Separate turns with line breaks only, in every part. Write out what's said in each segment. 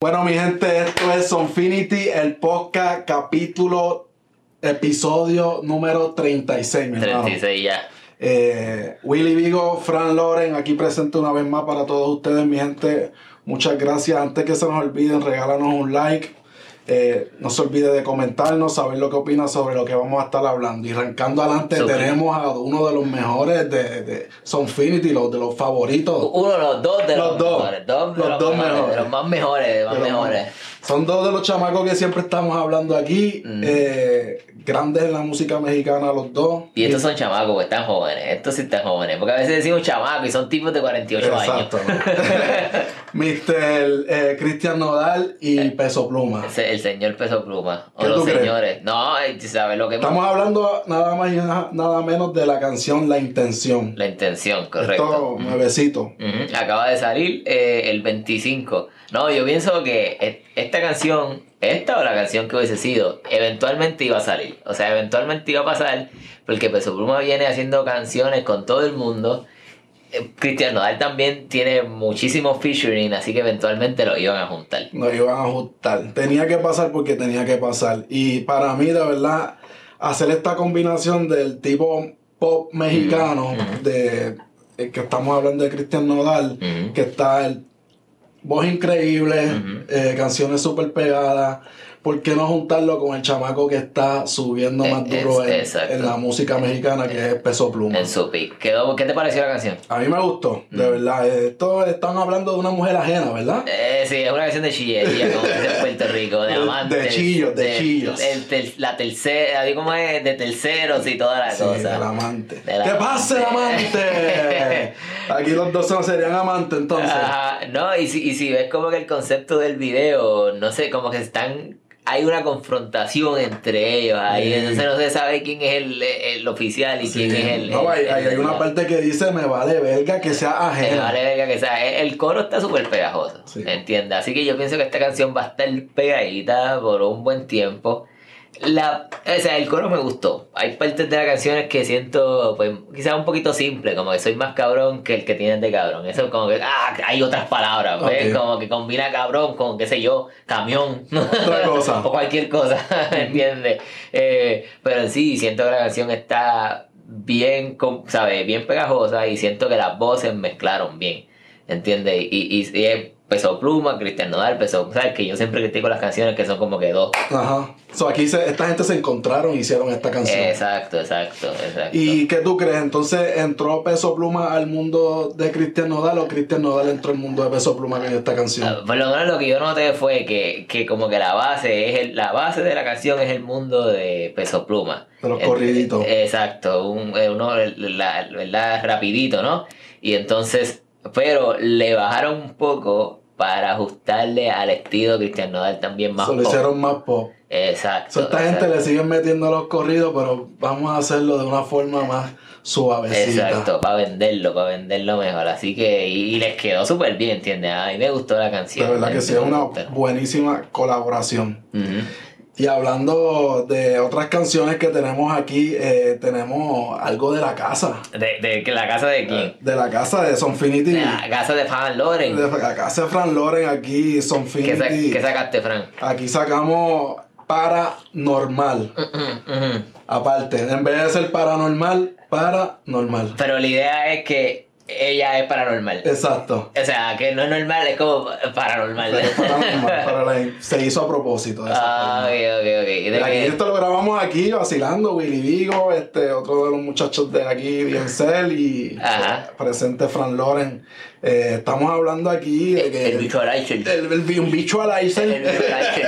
Bueno, mi gente, esto es Sonfinity, el podcast, capítulo, episodio número 36, mi hermano.
36 ya.
Eh, Willy Vigo, Fran Loren, aquí presente una vez más para todos ustedes, mi gente. Muchas gracias. Antes que se nos olviden, regálanos un like. Eh, no se olvide de comentarnos, saber lo que opinas sobre lo que vamos a estar hablando. Y arrancando adelante,
Súper.
tenemos a uno de los mejores de, de Sonfinity, los de los favoritos.
Uno de los dos de los,
Los dos.
mejores. Dos de
Los
los,
dos
mejores,
mejores.
De los más mejores, de los más
Pero,
mejores.
Son dos de los chamacos que siempre estamos hablando aquí.
Mm.
eh, grandes en la música mexicana, los dos.
Y estos son chamacos, pues, están jóvenes. Estos sí están jóvenes. Porque a veces decimos chamaco y son tipos de 48 años.
Exacto. Mr. eh, Cristian Nodal
Eh.
y Peso Pluma.
El se- El señor Peso Pluma. O
¿Qué tú
los
crees?
señores. No, eh, ¿sabes lo que
Estamos hablando nada más y na- nada menos de la canción La Intención.
La intención,
Esto,
correcto.
nuevecito.
Ujú, Acaba de salir eh, el 25. No, yo pienso que e- esta canción, esta o la canción que hubiese sido, eventualmente iba a salir. O sea, eventualmente iba a pasar, porque Peso Pluma viene haciendo canciones con todo el mundo. Eh, Cristian Nodal también tiene muchísimo featuring, así que eventualmente lo iban a juntar.
Nos iban a ajustar. Tenía que pasar porque tenía que pasar. Y para mí, de verdad, hacer esta combinación del tipo pop mexicano, de el que estamos hablando de Cristian Nodal,
Ujú.
que está el voz increíble,
Ujú.
eh, canciones súper pegadas. ¿Por qué no juntarlo con el chamaco que está subiendo
Eh,
más duro
es-
en- en,
exacto. Eh,
la música mexicana, que es Peso Pluma?
En su pick. Quedó, ¿Qué te pareció la canción?
A mí me gustó, de verdad. Esto están hablando de una mujer ajena, ¿verdad?
Eh, sí, es una canción de chillería, como dice en Puerto Rico, de
De- de
amantes.
chillos, de chillos.
el ter- la tercera, digo cómo es, de terceros y toda la
Sí,
cosa.
del amante.
Del
¡Que pase el amante! Aquí los dos son- serían amantes entonces.
Ajá, no, y si, y si ves como que el concepto del video, no sé, como que están. Hay una confrontación entre ellos ahí,
Sí.
entonces no se sabe quién es el, el oficial y
Sí.
quién es el.
No, hay,
el-
hay- hay
el-
una parte que dice, me vale verga que sea
Eh,
ajena.
vale verga que sea. Eh, El coro está súper pegajoso,
Sí.
¿entiendes? Así que yo pienso que esta canción va a estar pegadita por un buen tiempo. La, o sea, el coro me gustó. Hay partes de las canciones que siento, pues, quizás un poquito simple, como que soy más cabrón que el que tienes de cabrón. Eso como que, ah, hay otras palabras, ¿ves?
Ok.
Como que combina cabrón con, qué sé yo, camión.
Otra cosa.
o cualquier cosa, ¿entiendes? Eh, pero en sí, siento que la canción está bien, com- ¿sabes? Bien pegajosa y siento que las voces mezclaron bien, ¿entiendes? Y, y, y es Peso Pluma, Cristian Nodal, Peso... ¿Sabes? Que yo siempre critico las canciones que son como que dos.
Ajá. So, aquí se- esta gente se encontraron y hicieron esta canción.
Exacto, exacto, exacto.
¿Y qué tú crees? Entonces, ¿entró Peso Pluma al mundo de Cristian Nodal o Cristian Nodal entró al mundo de Peso Pluma en esta canción?
Ah, Por lo menos lo que yo noté fue que, que como que la base es el- la base de la canción es el mundo de Peso Pluma.
De los
Eh,
corriditos.
eh, Exacto, un, eh, uno la, ¿verdad? rapidito, ¿no? Y entonces, pero le bajaron un poco para ajustarle al estilo Cristian Nodal también más
Se lo
pop.
hicieron más pop.
Exacto.
So, esta
exacto.
gente le siguen metiendo los corridos, pero vamos a hacerlo de una forma más suavecita.
Exacto, para venderlo, para venderlo mejor. Así que, y, y les quedó súper bien, ¿entiendes? A mí me gustó la
De
canción.
verdad que sí, es una
Ujú.
buenísima colaboración. Y hablando de otras canciones que tenemos aquí, eh, tenemos algo de la casa.
de, de, que la casa de quién?
De la casa de Sonfinity.
De la casa de Fan Loren.
De la casa de Fran Loren aquí,
¿Qué, sa-
Sonfinity.
qué sacaste, Fran?
Aquí sacamos paranormal.
Mm,
Aparte, en vez de ser paranormal, paranormal.
Pero la idea es que ella es paranormal.
Exacto.
O sea, que no es normal, es como paranormal.
Pero es paranormal, para la- se hizo a propósito. de esa
ah, ok,
forma.
ok, ok. ¿Y de
Aquí
qué?
esto lo grabamos aquí vacilando, Willy Vigo, este, otro de los muchachos de aquí, Biencel y
Ajá.
presente Fran Loren. Eh, estamos hablando aquí de que
El bicho Araichel.
el, el bi- un bicho al
El
Aizen
bicho Araichel.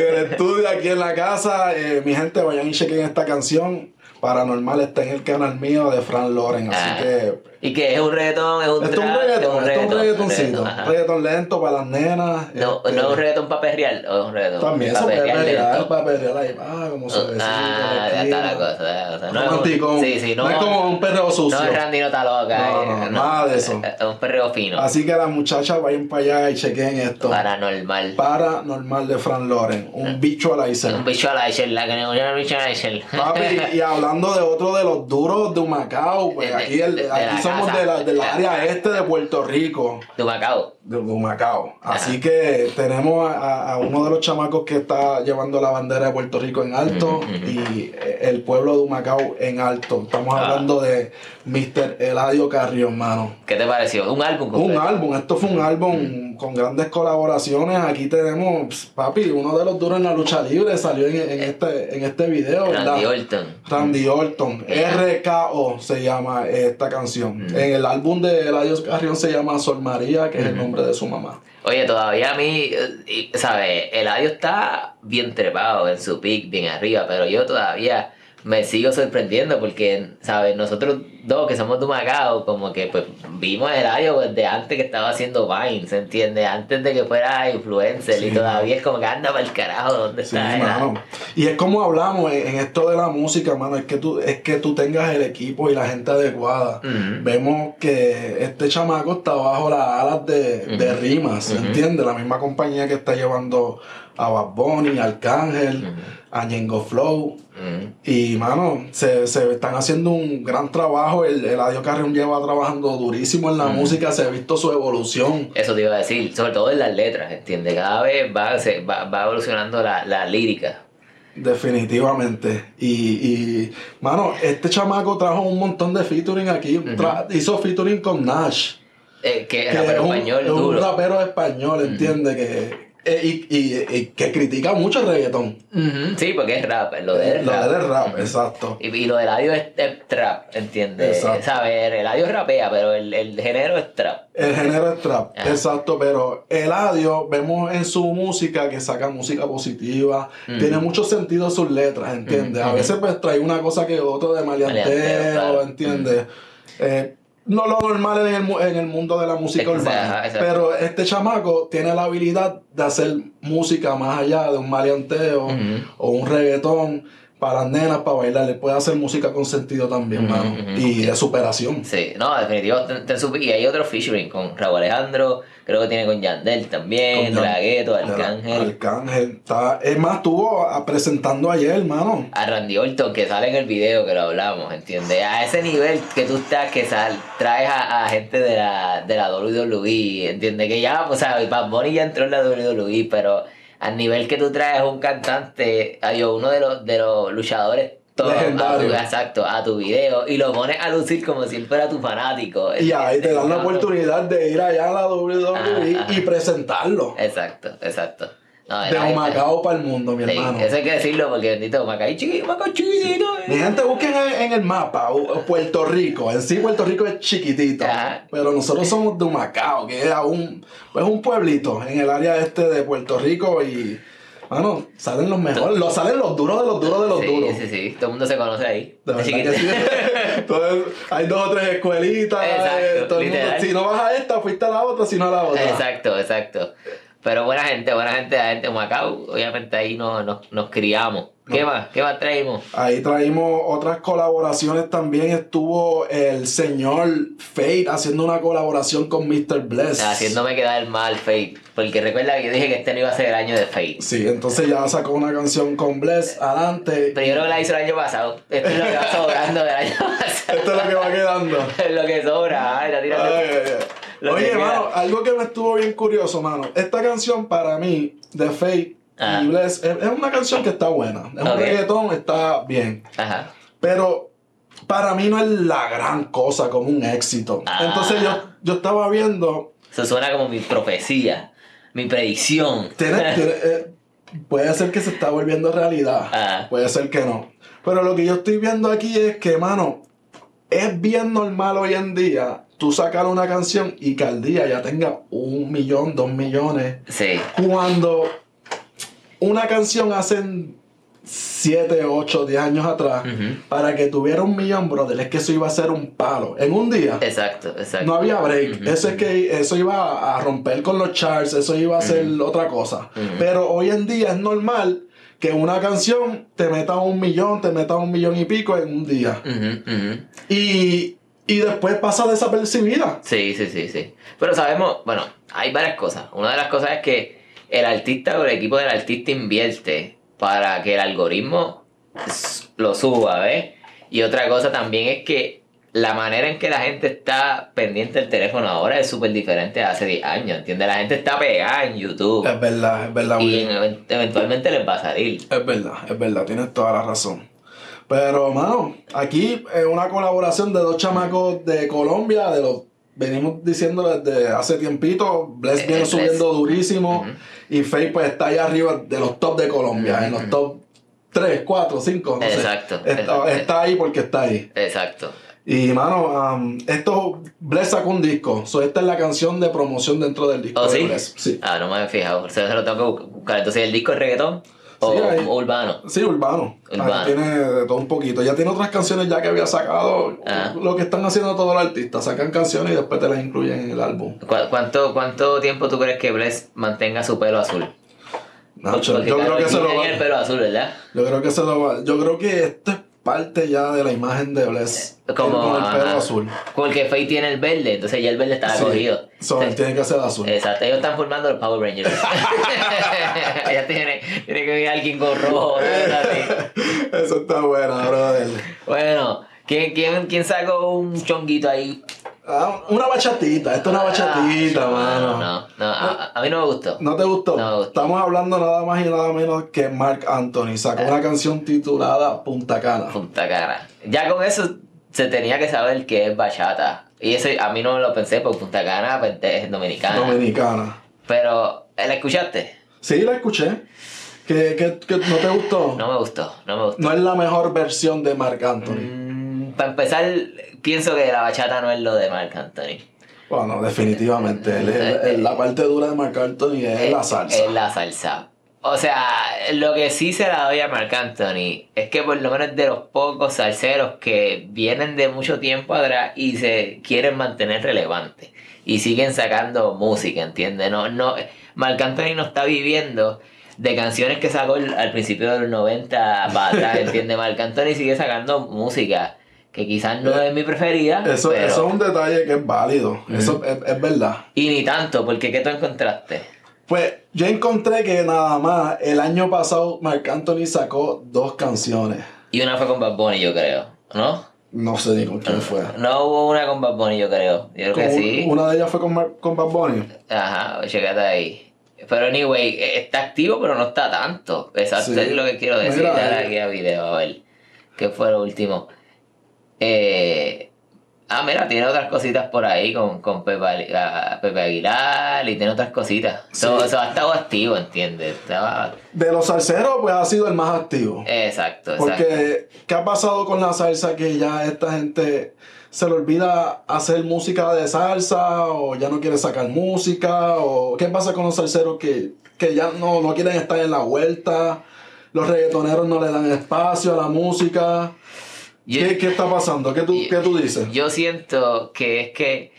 en el estudio aquí en la casa. Eh, mi gente, vayan y chequen esta canción. Paranormal está en el canal mío de Fran Loren, así
Ajá.
que
¿Y que es un reggaetón? ¿Es un
esto es un
trap?
reggaetón, esto es un reggaetoncito,
reggaetoncito.
un reggaetón lento para las nenas.
No,
este,
no es un reggaetón para perrear, o es un reggaetón
también
pa'
eso puede
perrear
perrear,
lento?
para perrear ahí, ah, como suavecito.
Ah, ya
aquí,
está la
¿no?
cosa. ya, o sea, no es un-
Romanticón.
Sí, sí,
No es como un perreo sucio.
No es Randy Nota Loca.
No,
eh,
no, nada de eso. Ah,
Es un perreo fino.
Así que las muchachas vayan para allá y chequen esto.
Paranormal.
Paranormal de Fran Loren. Un bicho a la
Ah. Un
Isel.
bicho a la Aishel, la que no una bicho a la Aishel.
Papi, y hablando de otro de los duros de Humacao, pues
De- de-
aquí, el,
de- de
aquí
la
somos
casa.
de la, de la área este de Puerto Rico,
De Macao.
de Humacao. Así que tenemos a, a uno de los chamacos que está llevando la bandera de Puerto Rico en alto
Ujú, ujú.
y eh, el pueblo de Humacao en alto. Estamos
Ah.
hablando de Mr. Eladio Carrión, hermano.
¿Qué te pareció? Un álbum
Un
completo.
álbum, esto fue un álbum con grandes colaboraciones. Aquí tenemos, ps, papi, uno de los duros en la lucha libre, salió en, en este, en este video,
Eh. Randy
¿verdad?
Orton.
Randy Orton,
Yeah.
RKO se llama esta canción.
Mm.
En el álbum de Eladio Carrión se llama Sol María, que es el
Mm.
nombre de su mamá.
Oye, todavía a mí, eh, y- ¿sabes? El audio está bien trepado en su pick, bien arriba, pero yo todavía me sigo sorprendiendo porque, ¿sabes? Nosotros dos que somos de Macao, como que pues vimos el audio desde antes que estaba haciendo Vines, ¿entiendes? Antes de que fuera influencer
Sí.
y todavía es como que anda para el carajo, ¿dónde
Sí,
está?
mano. Y es como hablamos eh, en, en esto de la música, mano, es que tú, es que tú tengas el equipo y la gente adecuada.
Ujú.
Vemos que este chamaco está bajo las alas de, de
Ujú.
Rimas,
Ujú.
¿entiendes? La misma compañía que está llevando a Bad Bunny, a Arcángel,
Ujú.
a Ñengo Flow.
Ujú.
Y, mano, se, se están haciendo un gran trabajo. El Eladio Carrión lleva trabajando durísimo en la música, se ha visto su evolución.
Eso te iba a decir, sobre todo en las letras, ¿entiendes? Cada vez va, se- va, va evolucionando la, la lírica.
Definitivamente. Y, y, mano, este chamaco trajo un montón de featuring aquí. Tra- hizo featuring con Nash.
Eh, que
que
es rapero
es un,
español
es un
duro.
rapero español, ¿entiendes? que, eh, y, y- y que critica mucho el reggaetón.
Ujú, Sí, porque es rap, lo de él es
Lo
rap.
del rap, exacto.
Y, y lo del audio es, es trap, ¿entiendes?
Exacto.
¿Sabes? El audio rapea, pero el, el género es trap.
El género es trap,
Ajá.
exacto, pero Eladio vemos en su música que saca música positiva,
Mm.
tiene mucho sentido sus letras, ¿entiendes?
Mm,
A
mm.
veces pues trae una cosa que otra de maleanteo,
Maleanteo, claro. Mm.
¿entiendes? Eh, no lo normal en el, mu- en el mundo de la música
Es que sea,
urbana,
ajá, exacto.
pero este chamaco tiene la habilidad de hacer música más allá de un maleanteo
Ujú.
o un reggaetón para las nenas, para bailar, le puede hacer música con sentido también,
Ujú,
mano,
ujú.
y de superación.
Sí, no, definitivo. ten- ten su- y hay otro featuring con Raúl Alejandro, creo que tiene con Yandel también,
Con Jan-
Dragueto,
Era
Arcángel,
Arcángel. Está, es más, estuvo a- presentando ayer, hermano.
a Randy Orton que sale en el video que lo hablamos, ¿entiendes? A ese nivel que tú estás, que sal, traes a, a gente de la, de la WWE, ¿entiendes? Que ya, o sea, Bad Bunny ya entró en la WWE, pero al nivel que tú traes un cantante, a yo, uno de los, de los luchadores top a tu,
Legendario.
exacto, a tu video y lo pones a lucir como si él fuera tu fanático.
Y ahí te dan la
¿entiendes?
oportunidad de ir allá a la WWE
Ajá,
y
ajá.
presentarlo.
eh, Exacto, exacto. No,
De
era-
Humacao para el mundo, mi
Sí,
hermano.
eso hay que decirlo porque bendito Macay chiquito, Macay chiquitito. eh.
Mi gente, busquen en, en el mapa u- Puerto Rico. En sí, Puerto Rico es chiquitito.
Ajá.
Pero nosotros somos de Humacao, que es un, pues un pueblito en el área este de Puerto Rico. Y, mano, salen los mejores. Los, salen los duros de los duros de los
sí,
duros.
Sí, sí, todo el mundo se conoce ahí.
De verdad
chiquito.
que sí. Entonces, hay dos o tres escuelitas.
Exacto,
eh, todo el mundo,
literal.
si no vas a esta, fuiste a la otra, si no a la otra.
Exacto, exacto. Pero buena gente, buena gente, la gente de Macao, obviamente ahí nos, nos, nos criamos. ¿Qué más? ¿Qué más traemos?
Ahí traímos otras colaboraciones también. Estuvo el señor Fate haciendo una colaboración con Mr. Bless.
Haciéndome quedar mal Fate. Porque recuerda que yo dije que este no iba a ser el año de Fate.
Sí, entonces ya sacó una canción con Bless. Adelante.
Pero yo creo que la hizo el año pasado. Esto es lo que va sobrando del año pasado.
Esto es lo que va quedando.
Es lo que sobra. Ay, la tira
Ay, ay, ay.
Lo que
Oye,
queda.
mano, algo que me estuvo bien curioso, mano. Esta canción para mí, de Fate
Ajá.
y Bless, es, es una canción que está buena. Es un
Ah. Ok.
reggaetón, está bien.
Ajá.
Pero para mí no es la gran cosa como un éxito.
Ah.
Entonces yo, yo estaba viendo.
Eso suena como mi profecía, mi predicción.
tiene- tiene, eh, puede ser que se está volviendo realidad.
Ah.
Puede ser que no. Pero lo que yo estoy viendo aquí es que, mano, es bien normal hoy en día tú sacar una canción y que al día ya tenga un millón, dos millones.
Sí.
Cuando una canción hacen 7, 8, 10 años atrás,
Ujú.
para que tuviera un millón, brother, es que eso iba a ser un palo. En un día
Exacto, exacto.
no había break.
Ujú.
Eso es que eso iba a romper con los charts, eso iba a ser otra cosa.
Ujú.
Pero hoy en día es normal que una canción te meta un millón, te meta un millón y pico en un día.
Ujú, ujú.
Y, y después pasa desapercibida.
Sí, sí, sí, sí. Pero sabemos, bueno, hay varias cosas. Una de las cosas es que el artista o el equipo del artista invierte para que el algoritmo s- lo suba, ¿ves? Y otra cosa también es que la manera en que la gente está pendiente del teléfono ahora es súper diferente a hace 10 años, ¿entiendes? La gente está pegada en YouTube.
Es verdad, es verdad.
y
Willy.
en- eventualmente les va a salir.
Es verdad, es verdad, tienes toda la razón. Pero, mano, aquí es una colaboración de dos chamacos de Colombia, de los venimos diciendo desde hace tiempito, Bless
Eh,
viene
eh,
subiendo durísimo
Ujú.
y Faye pues está allá arriba de los top de Colombia, en los
Ujú.
top 3, 4, 5, no sé.
Exacto, exacto.
Está, está ahí porque está ahí.
Exacto.
Y, mano, am, esto, Bless sacó un disco, so, esta es la canción de promoción dentro del disco
¿Oh,
de
sí?
Bless. Sí.
Ah, no me he fijado. O sea, se lo tengo que bu- buscar. Entonces, ¿el disco es reggaetón o,
Sí, ahí.
o urbano?
Sí, urbano.
Urbano.
Ah, tiene de todo un poquito. Ya tiene otras canciones ya que había sacado.
Ajá.
Lo que están haciendo todos los artistas, sacan canciones y después te las incluyen en el álbum.
¿Cu- cuánto, ¿Cuánto tiempo tú crees que Bless mantenga su pelo azul?
Nacho,
Porque
yo
Karol
creo que
G
se lo
tenía
va.
el pelo azul, ¿verdad?
Yo creo que se lo va. Yo creo que esto es parte ya de la imagen de Bless.
Como,
Él con el pelo
ajá.
azul.
Porque Faye tiene el verde, entonces ya el verde está
Sí.
cogido. Eh,
So, él tiene que ser azul.
Exacto, ellos están formando los Power Rangers. ya tiene, tiene que venir alguien con rojo. una cosa así.
Eso está bueno, brother.
Bueno, ¿quién, quién, quién sacó un chonguito ahí?
Ah, una bachatita. Esto es una bachatita,
Ah,
mano.
No, no, no, a, a mí no me gustó.
¿No te gustó?
No me gustó.
Estamos hablando nada más y nada menos que Mark Anthony. Sacó una canción titulada Punta Cana.
Punta cara. Ya con eso se tenía que saber que es bachata. Y eso a mí no lo pensé porque Punta Cana pues, es dominicana.
Dominicana.
Pero, eh, ¿la escuchaste?
Sí, la escuché. Que, que, que no te gustó. No.
No me gustó, no me gustó.
es la mejor versión de Marc
Mm.
Anthony.
para empezar, pienso que la bachata no es lo de Marc Anthony.
Bueno, definitivamente. él es- él- la parte dura de Marc Anthony es la salsa.
Es la salsa. O sea, lo que sí se la doy a Marc Anthony es que por lo menos es de los pocos salseros que vienen de mucho tiempo atrás y se quieren mantener relevantes y siguen sacando música, ¿entiendes? No, no, Marc Anthony no está viviendo de canciones que sacó el- al principio de los 90 para atrás, ¿entiendes? Marc Anthony sigue sacando música que quizás no es mi preferida.
Eh, Eso,
pero- Mm.
eso es un detalle que es válido. Eso es, es verdad.
Y ni tanto, porque ¿qué tú encontraste?
Pues yo encontré que nada más el año pasado Marc Anthony sacó dos canciones.
Y una fue con Bad Bunny, yo creo, ¿no?
No sé ni con quién fue.
No hubo una con Bad Bunny, yo creo. Yo creo que
Con-
Pues sí.
Una de ellas fue con, Mar- con Bad Bunny.
Ajá, checate ahí. Pero anyway, eh, está activo, pero no está tanto. Exacto,
Sí.
es lo que quiero decir.
Mira,
Dale
eh.
aquí a video, a ver. ¿Qué fue lo último? Eh, ah, mira, tiene otras cositas por ahí con, con Pepe, Ali- a- Pepe Aguilar y tiene otras cositas. So-
Sí.
so ha estado activo, ¿entiendes? Estaba...
De los salseros, pues ha sido el más activo.
Exacto, exacto.
Porque, ¿qué ha pasado con la salsa? Que ya esta gente se le olvida hacer música de salsa o ya no quiere sacar música o qué pasa con los salseros que, que ya no, no quieren estar en la vuelta, los reggaetoneros no le dan espacio a la música.
Yo-
¿Qué, qué está pasando? ¿Qué tú,
Y-
qué tú dices?
Yo siento que es que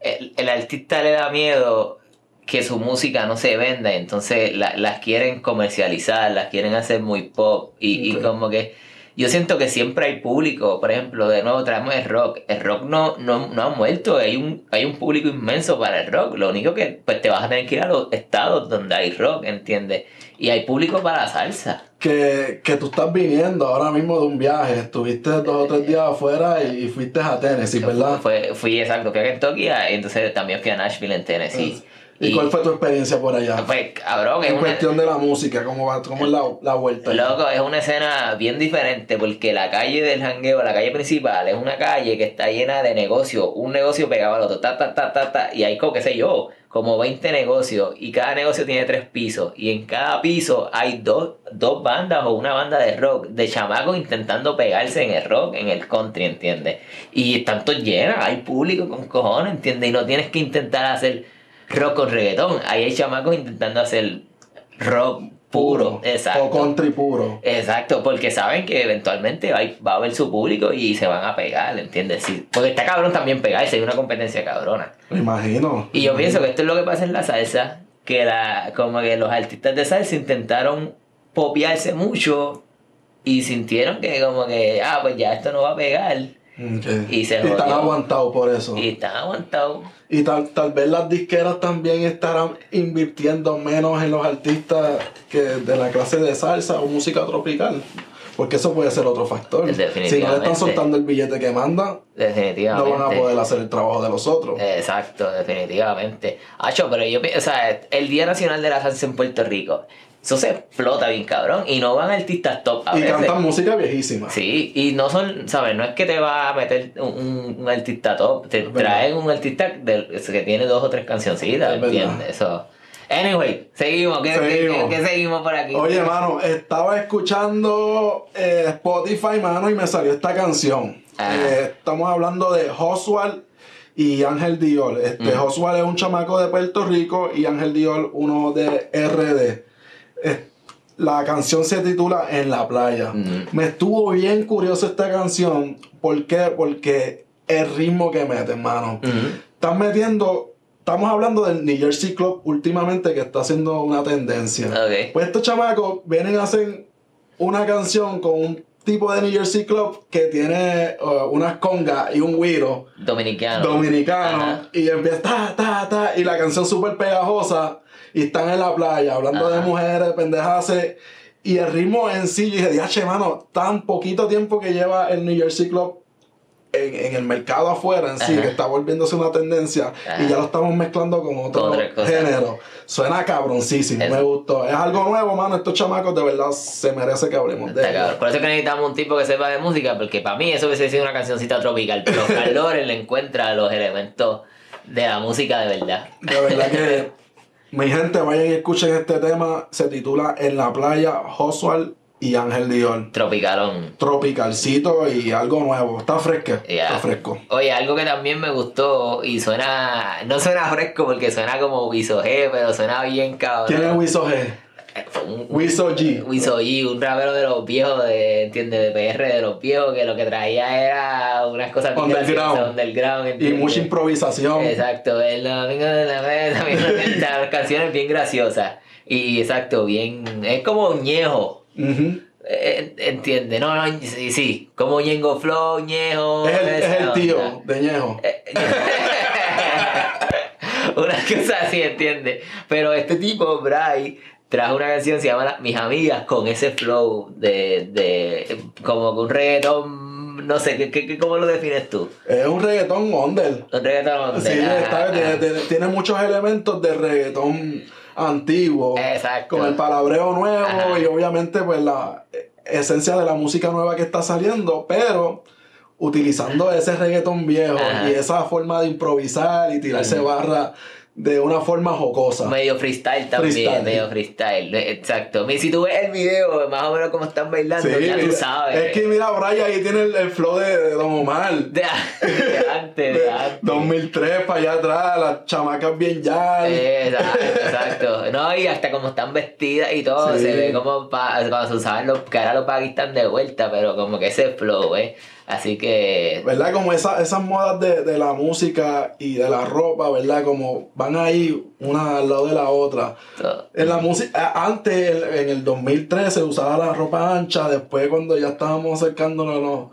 el, el artista le da miedo que su música no se venda, y entonces la- las quieren comercializar, las quieren hacer muy pop y, y
Ok.
como que yo siento que siempre hay público, por ejemplo, de nuevo traemos el rock, el rock no, no, no ha muerto, hay un, hay un público inmenso para el rock, lo único que pues, te vas a tener que ir a los estados donde hay rock, ¿entiendes? Y hay público para la salsa.
Que, que tú estás viniendo ahora mismo de un viaje, estuviste dos o tres días afuera y, fuiste a Tennessee, ¿verdad?
Fue- fui exacto, fui a Kentucky, a- entonces también fui a Nashville en Tennessee.
Ah. ¿Y cuál fue tu experiencia por allá?
Pues, cabrón, es
En
una-
cuestión de la música, ¿cómo, va, cómo es la, la vuelta?
loco, es una escena bien diferente porque la calle del jangueo, la calle principal, es una calle que está llena de negocios, un negocio pegaba al otro, ta, ta, ta, ta, ta, y hay como, qué sé yo, como 20 negocios y cada negocio tiene tres pisos y en cada piso hay dos, dos bandas o una banda de rock, de chamacos intentando pegarse en el rock, en el country, ¿entiendes? Y están todos llenas, hay público con cojones, ¿entiendes? Y no tienes que intentar hacer rock con reggaetón, ahí hay chamacos intentando hacer rock puro, exacto.
O country puro.
Exacto, porque saben que eventualmente va a, va a haber su público y se van a pegar, ¿entiendes? Sí, porque está cabrón también pegarse, hay una competencia cabrona.
Me imagino.
Y yo pienso que esto es lo que pasa en la salsa, que la, como que los artistas de salsa intentaron popiarse mucho y sintieron que como que, ah, pues ya esto no va a pegar.
Ok.
Y se
están
jodió.
aguantados por eso.
Y
Y,
están aguantados.
tal, tal vez las disqueras también estarán invirtiendo menos en los artistas que de la clase de salsa o música tropical. Porque eso puede ser otro factor.
Definitivamente.
Si no le están soltando el billete que manda, no
Definitivamente. Eh,
van a poder hacer el trabajo de los otros.
Exacto, definitivamente. Hacho, pero yo pienso, o sea, el Día Nacional de la Salsa en Puerto Rico, eso se explota bien cabrón y no van artistas top a
y
veces.
cantan música viejísima.
Sí, y no son, ¿sabes? No es que te va a meter un, un- un artista top, te
Es verdad.
traen un artista del- que tiene dos o tres cancioncitas,
Es verdad.
¿entiendes? Eso. Anyway, seguimos, ¿qué seguimos,
Seguimos.
¿qué, qué seguimos por aquí?
Oye, mano, estaba escuchando eh, Spotify, mano, y me salió esta canción.
Ah.
Eh, estamos hablando de Oswald y Ángel Dior. Este,
Mm.
Oswald es un chamaco de Puerto Rico y Ángel Dior uno de RD. Eh, la canción se titula En la playa.
Ujú.
Me estuvo bien curiosa esta canción. ¿Por qué? Porque el ritmo que mete, hermano.
Ujú.
Estás metiendo. Estamos hablando del New Jersey Club últimamente que está haciendo una tendencia.
Ok.
Pues estos chamacos vienen y hacen una canción con un tipo de New Jersey Club que tiene eh, unas congas y un güiro
Dominicano.
dominicano
Ajá.
y empieza ta, ta, ta, y la canción súper pegajosa y están en la playa hablando de
Ajá.
mujeres, pendejaces y el ritmo en sí, yo dije, diache, mano, tan poquito tiempo que lleva el New Jersey Club en, en el mercado afuera en sí,
Ajá.
que está volviéndose una tendencia
Ajá.
y ya lo estamos mezclando con
Con
otro
otra cosa.
género. Suena cabroncísimo,
Es-
me gustó. Es algo nuevo, mano, estos chamacos de verdad se merece que hablemos de
Está
ellos.
cabrón. Por eso es que necesitamos un tipo que sepa de música, porque para mí eso hubiese sido una cancioncita tropical, pero Carlores le encuentra los elementos de la música de verdad.
De verdad que mi gente, vayan y escuchen este tema. Se titula En la playa, Josual y Ángel Dior.
Tropicalón.
Tropicalcito y algo nuevo. Está fresco.
Ya.
Está fresco.
Oye, algo que también me gustó y suena, no suena fresco porque suena como Wiso G, pero suena bien cabrón. Eh,
¿Quién es Wiso G?
Un-
Wiso G.
Wiso G, un rapero de los viejos, de, ¿entiendes? De PR, de los viejos, que lo que traía era unas cosas bien
Underground.
graciosas, underground
Y
¿entiendes?
mucha improvisación.
Exacto, el domingo de la mesa, bien- las canciones bien graciosas. Y exacto, bien. Es como un ñejo.
Ujú.
eh, Entiende, no, no, sí, sí, como Ñengo Flow, Ñejo.
Es el,
esa
es el
onda.
tío de Ñejo.
Eh, una cosa así, entiende. Pero este tipo, Bray, trajo una canción se llama La- Mis Amigas con ese flow de, de como que un reggaetón, no sé, ¿qué, qué, qué- cómo lo defines tú?
Es un reggaetón under.
Un reggaetón.
Sí,
de-
está-
ah,
tiene,
ah.
tiene- tiene muchos elementos de reggaetón antiguo.
Exacto.
Con el palabreo nuevo
Ajá.
y obviamente pues la esencia de la música nueva que está saliendo, pero utilizando ese reggaetón viejo
Ajá.
y esa forma de improvisar y tirarse barra de una forma jocosa.
Medio freestyle también,
Freestyle.
medio freestyle, eh, exacto. Mi- Si tú ves el video, más o menos como están bailando,
Sí,
ya tú
mira,
sabes.
Es que mira, Brian ahí tiene el, el flow de, de Don Omar.
De, de antes, de
de
antes.
2003 para allá atrás, las chamacas bien ya.
Eh, Exacto, exacto. No, y hasta como están vestidas y todo,
Sí.
se ve como pa- cuando se usaban los, que ahora los baggy están de vuelta, pero como que ese flow, eh. Así que
¿Verdad? Como esa- esas modas de, de la música y de la ropa, ¿verdad? Como van ahí una al lado de la otra.
to-
En la música, a- antes, el- en el 2013, se usaba la ropa ancha. Después, cuando ya estábamos acercándonos a los-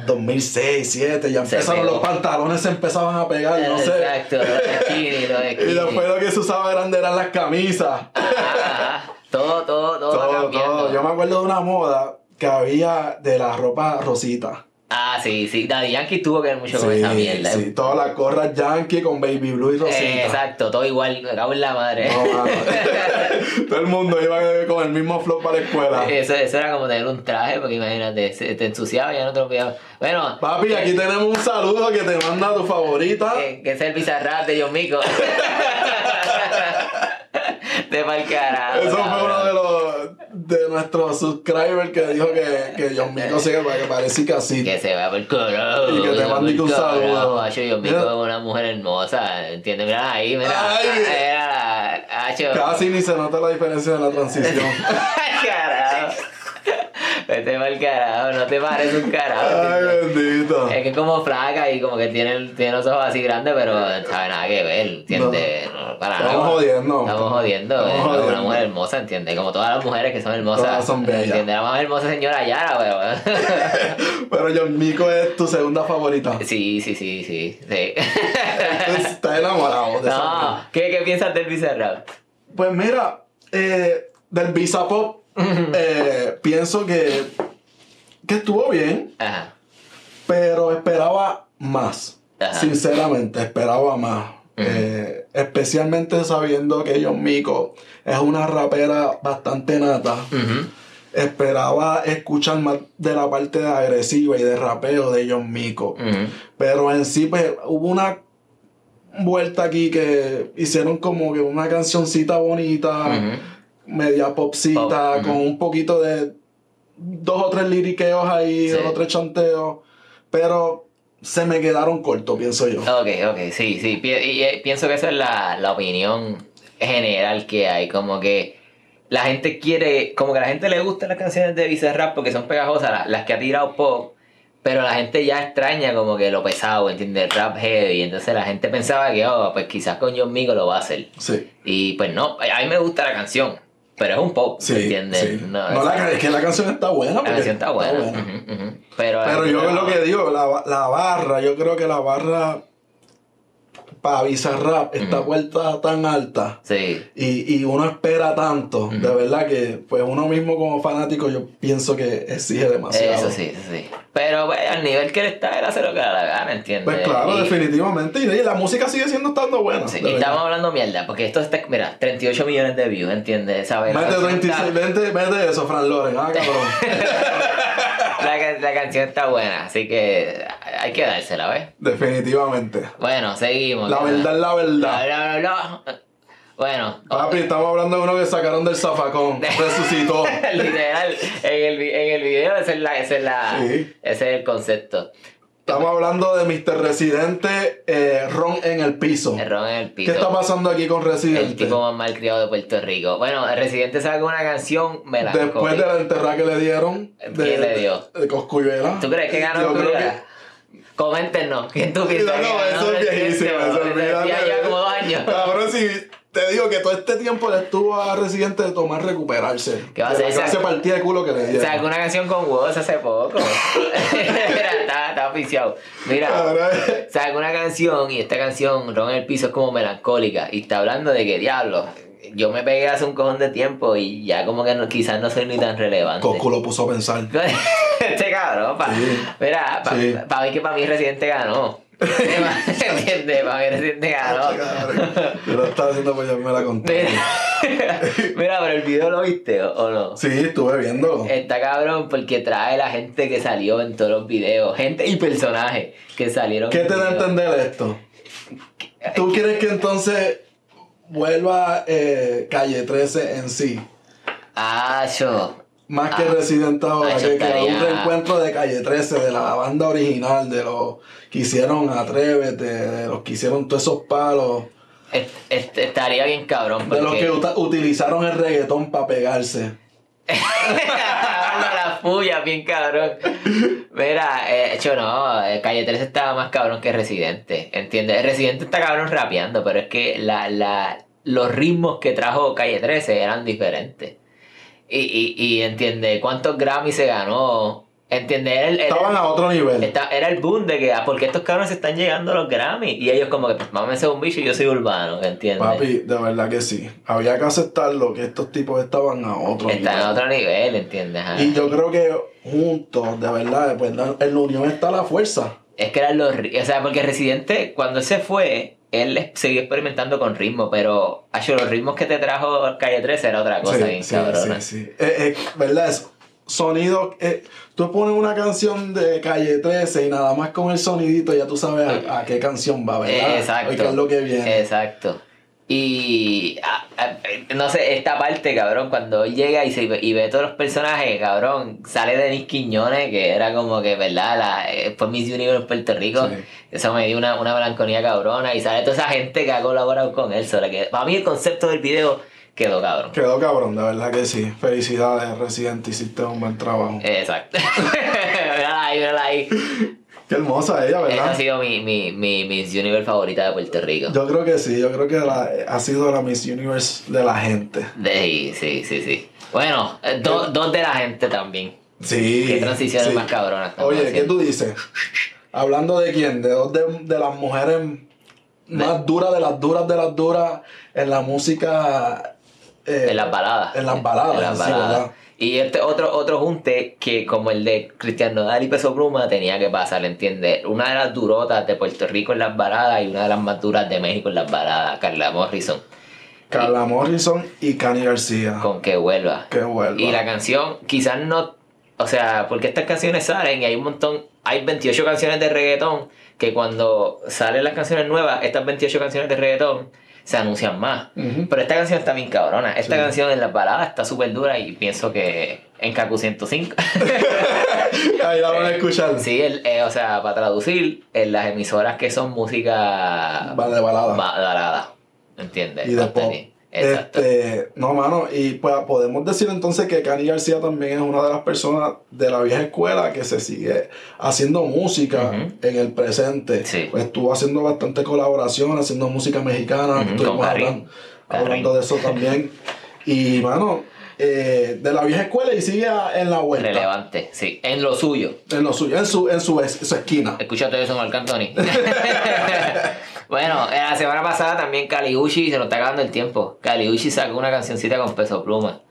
al 2006, 2007, ya
Se
empezaron
pegó.
los pantalones, se empezaban a pegar, no sé.
Exacto, los skinny, los
Y
skinny.
después lo que se usaba eran, eran las camisas.
Ajá, ajá. Ah, todo, todo, todo, va
Todo,
cambiando.
todo. Yo me acuerdo de una moda que había de la ropa rosita.
Ah, sí, sí. Daddy Yankee tuvo que ver mucho con esa mierda.
sí, todas las corras yankee con baby blue y rosita.
Eh, exacto, todo igual, me cago en la madre.
No, mano. Todo el mundo iba con el mismo flow para la escuela.
Eso, eso era como tener un traje, porque imagínate, se- te ensuciaba y ya no te lo pillaba. Bueno,
Papi,
eh.
aquí tenemos un saludo que te manda tu favorita.
que, que es el bizarrap de John Mico. Te mal carajo.
Eso fue
cabrón.
uno de los de nuestros subscribers que dijo que, que John Mico sigue para que parece que así.
Que se va por carajo.
Y que te
se va
mande
por
un
carajo,
saludo.
macho, John Mico
Mira.
es una mujer hermosa, ¿entiendes? Mira ahí, mira.
Ay.
Era la- macho.
Casi ni se nota la diferencia de la transición.
carajo. Vete mal carajo, no te pares un carajo.
Ay,
¿entiendes?
bendito.
Es que es como flaca y como que tiene, tiene los ojos así grandes, pero sabe nada que ver, ¿entiendes? No, para
Estamos
nada.
jodiendo.
Estamos jodiendo.
Estamos
eh,
jodiendo.
Una mujer hermosa, ¿entiendes? Como todas las mujeres que son hermosas.
Todas son bellas.
¿Entiendes? La más hermosa señora Yara, weón.
Pero John Mico es tu segunda favorita.
sí, sí, sí, sí. sí.
Está enamorado de esa mujer.
no, ¿qué, ¿qué piensas del Bizarrap?
Pues mira, eh, del Visa Pop, eh, pienso que que estuvo bien,
Ajá.
pero esperaba más.
Ajá.
Sinceramente, esperaba más. Eh, especialmente sabiendo que John Mico es una rapera bastante nata.
Ujú.
Esperaba escuchar más de la parte de agresiva y de rapeo de John Mico.
Ujú.
Pero en sí, pues, hubo una vuelta aquí que hicieron como que una cancioncita bonita,
Ujú.
media popcita,
Pop, ujú.
con un poquito de dos o tres liriqueos ahí,
Sí.
dos o tres chanteos. Pero se me quedaron cortos, pienso yo.
Ok, ok, sí, sí. Pi- y, eh, pienso que esa es la, la opinión general que hay. Como que la gente quiere, como que a la gente le gustan las canciones de Bizarrap porque son pegajosas, la- las, que ha tirado pop, pero la gente ya extraña como que lo pesado, ¿entiendes? El rap heavy. Entonces la gente pensaba que, oh, pues quizás con John Migo lo va a hacer.
Sí.
Y pues no, a a mí me gusta la canción, pero es un pop,
Sí,
¿entiendes?
sí. No,
es-
la, es que la canción está buena.
la
porque
canción está buena. ujú, ujú. Pero,
Pero yo lo que digo, la, la barra, yo creo que la barra para Bizarrap está
Ujú.
vuelta tan alta.
Sí,
Y, y uno espera tanto,
Ujú.
de verdad que pues uno mismo como fanático yo pienso que exige demasiado.
eso sí, eso sí. Pero pues, al nivel que él está, él hace lo que le da la gana, ¿entiendes?
Pues claro,
Eh, Y-
definitivamente. Y, y la música sigue siendo estando buena. de
Sí, y
verdad.
estamos hablando mierda, porque esto está, mira, 38 millones de views, ¿entiendes? ¿Sabes?
Mete
La canción
36,
está-
vente, vente eso, Fran Loren. Ah, cabrón.
la, ca- la canción está buena, así que hay que dársela, ¿ves?
definitivamente.
Bueno, seguimos.
La verdad es la
Bla,
verdad.
bla, bla, bla. Bueno,
Papi, estamos hablando de uno que sacaron del zafacón. Resucitó.
literal, en el, vi- en el video ese es, la, ese es la-
Sí.
ese es el concepto.
Estamos hablando de Mr. Residente eh, Ron en el piso.
El ron en el
¿Qué
piso.
está pasando aquí con
el
Residente?
tipo más malcriado de Puerto Rico. Bueno, el residente saca una canción, me la
Después
copié.
de la enterrada que le dieron.
¿Quién
De,
le dio?
De Coscuyuela.
¿Tú crees que ganó
Yo creo que-
Coscuyuela? Coméntenos, ¿quién tú piensas
No,
que
no,
ganó
eso es
el
viejísimo,
residente?
eso olvídate
Ya
de
lleva
eso.
como dos años.
Cabrón, si te digo que todo este tiempo le estuvo a Residente de tomar recuperarse.
¿Qué va a
de
hacer?
La clase
Esa-
partida de culo que le dieron.
Sacó una canción con Woz hace poco. Mira, está, está oficiado. Mira,
Cabrón.
sacó una canción y esta canción, Ron en el piso, es como melancólica. Y está hablando de que, diablo, yo me pegué hace un cojón de tiempo y ya como que no, quizás no soy ni tan relevante.
Coscu lo puso a pensar.
este cabrón, pa,
Sí.
mira, para
Sí.
mí que para mí Residente ganó. ¿Entiendes? Para mí Residente ganó.
Cabrón. Yo lo estaba haciendo pues ya me la conté.
Mira, mira, pero el video lo viste o, o no.
Sí, estuve viendo.
Está cabrón porque trae la gente que salió en todos los videos, gente y personajes que salieron.
¿Qué
en
te da a
videos.
entender esto? ¿Tú quieres que entonces vuelva eh, Calle 13 en sí?
Ah, yo.
Más que
Ah.
Residente ahora,
Ah, eso
que, que
estaría-
un reencuentro de Calle 13, de la banda original, de los que hicieron Atrévete, de los que hicieron todos esos palos,
Est- est- estaría bien cabrón.
de los
porque-
que uta- utilizaron el reggaetón para pegarse.
Dando la fuya, bien cabrón. Mira, eh, hecho no, eh, Calle 13 estaba más cabrón que Residente, ¿entiendes? Residente está cabrón rapeando, pero es que la, la, los ritmos que trajo Calle 13 eran diferentes. Y, y, y ¿entiendes? ¿Cuántos Grammy se ganó? ¿Entiendes? Era el, era el-
Estaban a otro nivel.
esta- era el boom de que, ah, ¿por qué estos cabrones están llegando a los Grammy? Y ellos como que, pues, mámense un bicho y yo soy urbano, ¿entiendes?
Papi, de verdad que sí. Había que aceptarlo, que estos tipos estaban a otro
Están
nivel.
a otro nivel, ¿entiendes? Ajá.
Y yo creo que juntos, de verdad, pues, la- en la unión está la fuerza.
Es que eran los. ri- O sea, porque Residente, cuando él se fue, él es- siguió experimentando con ritmo, pero. Hacho, los ritmos que te trajo Calle 13 era otra cosa bien cabrona.
sí. Eh, eh, ¿Verdad? Es sonido. eh, tú pones una canción de calle 13 y nada más con el sonidito ya tú sabes a, a qué canción va, ¿verdad?
Eh,
Y qué
Exacto.
es lo que viene.
Exacto. Y. ah, ah, eh, no sé, esta parte, cabrón, cuando él llega y, se, y ve todos los personajes, cabrón, sale Denis Quiñones, que era como que, ¿verdad? La, eh, fue Miss Universe en Puerto Rico.
Sí.
Eso me dio una, una melancolía cabrona. Y sale toda esa gente que ha colaborado con él. Sobre que, para mí, el concepto del video quedó cabrón.
Quedó cabrón, de verdad que sí. Felicidades, Residente, hiciste un buen trabajo.
Exacto. mírala ahí, mírala ahí.
Pues Qué hermosa ella,
Esa ha
¿verdad?
sido mi, mi, mi, mi Universe favorita de Puerto Rico.
Yo creo que sí, yo creo que la- ha sido la Miss Universe de la gente.
De, sí, sí, sí. Bueno, eh, do- dos de la gente también.
Sí.
Qué transiciones
sí.
más cabronas. estamos
Oye, ¿qué
haciendo.
tú dices? Hablando de quién, de dos de, de las mujeres más duras, de las duras, de las duras en la música eh,
en las baladas.
en las baladas,
En las
sí,
baladas.
¿verdad?
Y este otro, otro junte que, como el de Cristian Nodal y Peso Pluma, tenía que pasar, ¿entiendes? Una de las durotas de Puerto Rico en las baladas y una de las más duras de México en las baladas, Carla Morrison.
Carla Morrison y Cani García.
Con que vuelva.
Ah, Que vuelva.
Y la canción, quizás no. O sea, porque estas canciones salen y hay un montón. Hay 28 canciones de reggaetón que cuando salen las canciones nuevas, estas 28 canciones de reggaetón se anuncian más.
Ujú.
Pero esta canción está bien cabrona. Esta
Sí.
canción en las baladas está súper dura y pienso que en Kaku 105.
Ahí la van a escuchar.
sí, el- eh, o sea, para traducir, en las emisoras que son música.
Va de balada.
ba- balada. ¿Entiendes?
y de pop.
Contenido. Exacto.
Este, no, mano, y pues podemos decir entonces que Cani García también es una de las personas de la vieja escuela que se sigue haciendo música
Ujú.
en el presente.
Sí.
Pues estuvo haciendo bastante colaboración, haciendo música mexicana,
Ujú,
estuvimos
con Karim.
hablan- hablando
Karim.
de eso también. y, mano, eh, de la vieja escuela y sigue a- en la vuelta.
Relevante, sí. En lo suyo.
En lo suyo, en su, en su, es- su esquina.
Escúchate eso, Marc Anthony. bueno, eh, la semana pasada también Caliucci se nos está acabando el tiempo. Caliucci sacó una cancioncita con peso pluma.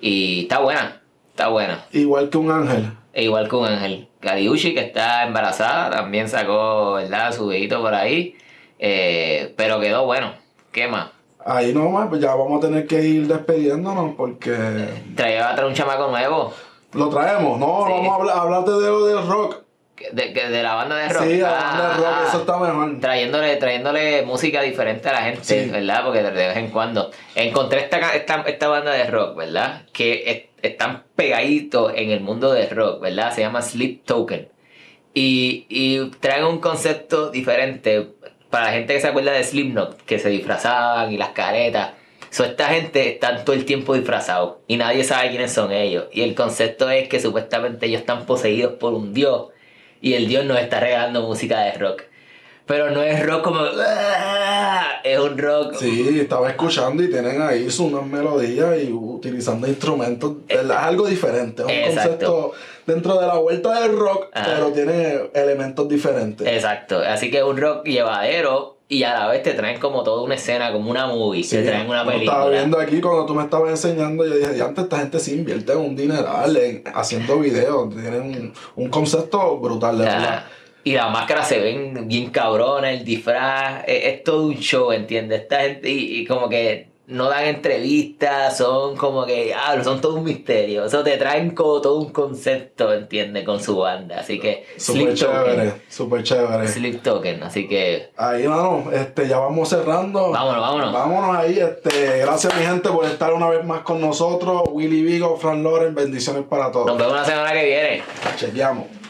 Y está buena, está buena.
Igual que un ángel.
E igual que un ángel. Caliucci, que está embarazada, también sacó, ¿verdad? Su dedito por ahí. Eh, pero quedó bueno. ¿Qué más?
Ahí nomás, pues ya vamos a tener que ir despidiéndonos porque
Traía va a traer un chamaco nuevo.
lo traemos. No,
Sí.
vamos a hablar, hablarte de lo del rock.
que- De, que- de la banda de rock.
Sí, la
Ah,
banda de rock,
ah.
eso está mejor.
trayéndole, trayéndole música diferente a la gente,
Sí.
¿verdad? Porque de vez en cuando encontré esta, ca- esta, esta banda de rock, ¿verdad? Que es- están pegaditos en el mundo del rock, ¿verdad? Se llama Sleep Token. Y, y traen un concepto diferente para la gente que se acuerda de Slipknot, que se disfrazaban y las caretas. So, esta gente están todo el tiempo disfrazados y nadie sabe quiénes son ellos. Y el concepto es que supuestamente ellos están poseídos por un dios y el dios nos está regalando música de rock. Pero no es rock como. "Ah", Es un rock.
Sí, estaba escuchando y tienen ahí su- unas melodías y utilizando instrumentos. Es algo diferente, es un
Exacto. Ah.
concepto dentro de la vuelta del rock,
Ajá.
pero tiene elementos diferentes.
Exacto. Así que es un rock llevadero y a la vez te traen como toda una escena, como una movie.
Sí,
te traen una
yo Estaba
película.
viendo aquí cuando tú me estabas enseñando, yo dije, antes esta gente se invierte en un dineral en- haciendo videos, tienen un, un concepto brutal de
Ajá.
verdad.
Y las máscaras se ven bien cabronas, el disfraz, es, es todo un show, ¿entiendes? Esta gente, y, y como que no dan entrevistas, son como que, ah, son todo un misterio. Eso te traen como todo un concepto, ¿entiendes? Con su banda. Así que,
Súper
Sleep Token.
chévere, súper chévere.
Sleep Token, así que,
Ahí, mano, este, ya vamos cerrando.
vámonos, vámonos.
Vámonos ahí, este, gracias mi gente por estar una vez más con nosotros. Willy Vigo, Fran Loren, bendiciones para todos.
Nos vemos la semana que viene.
Chequeamos.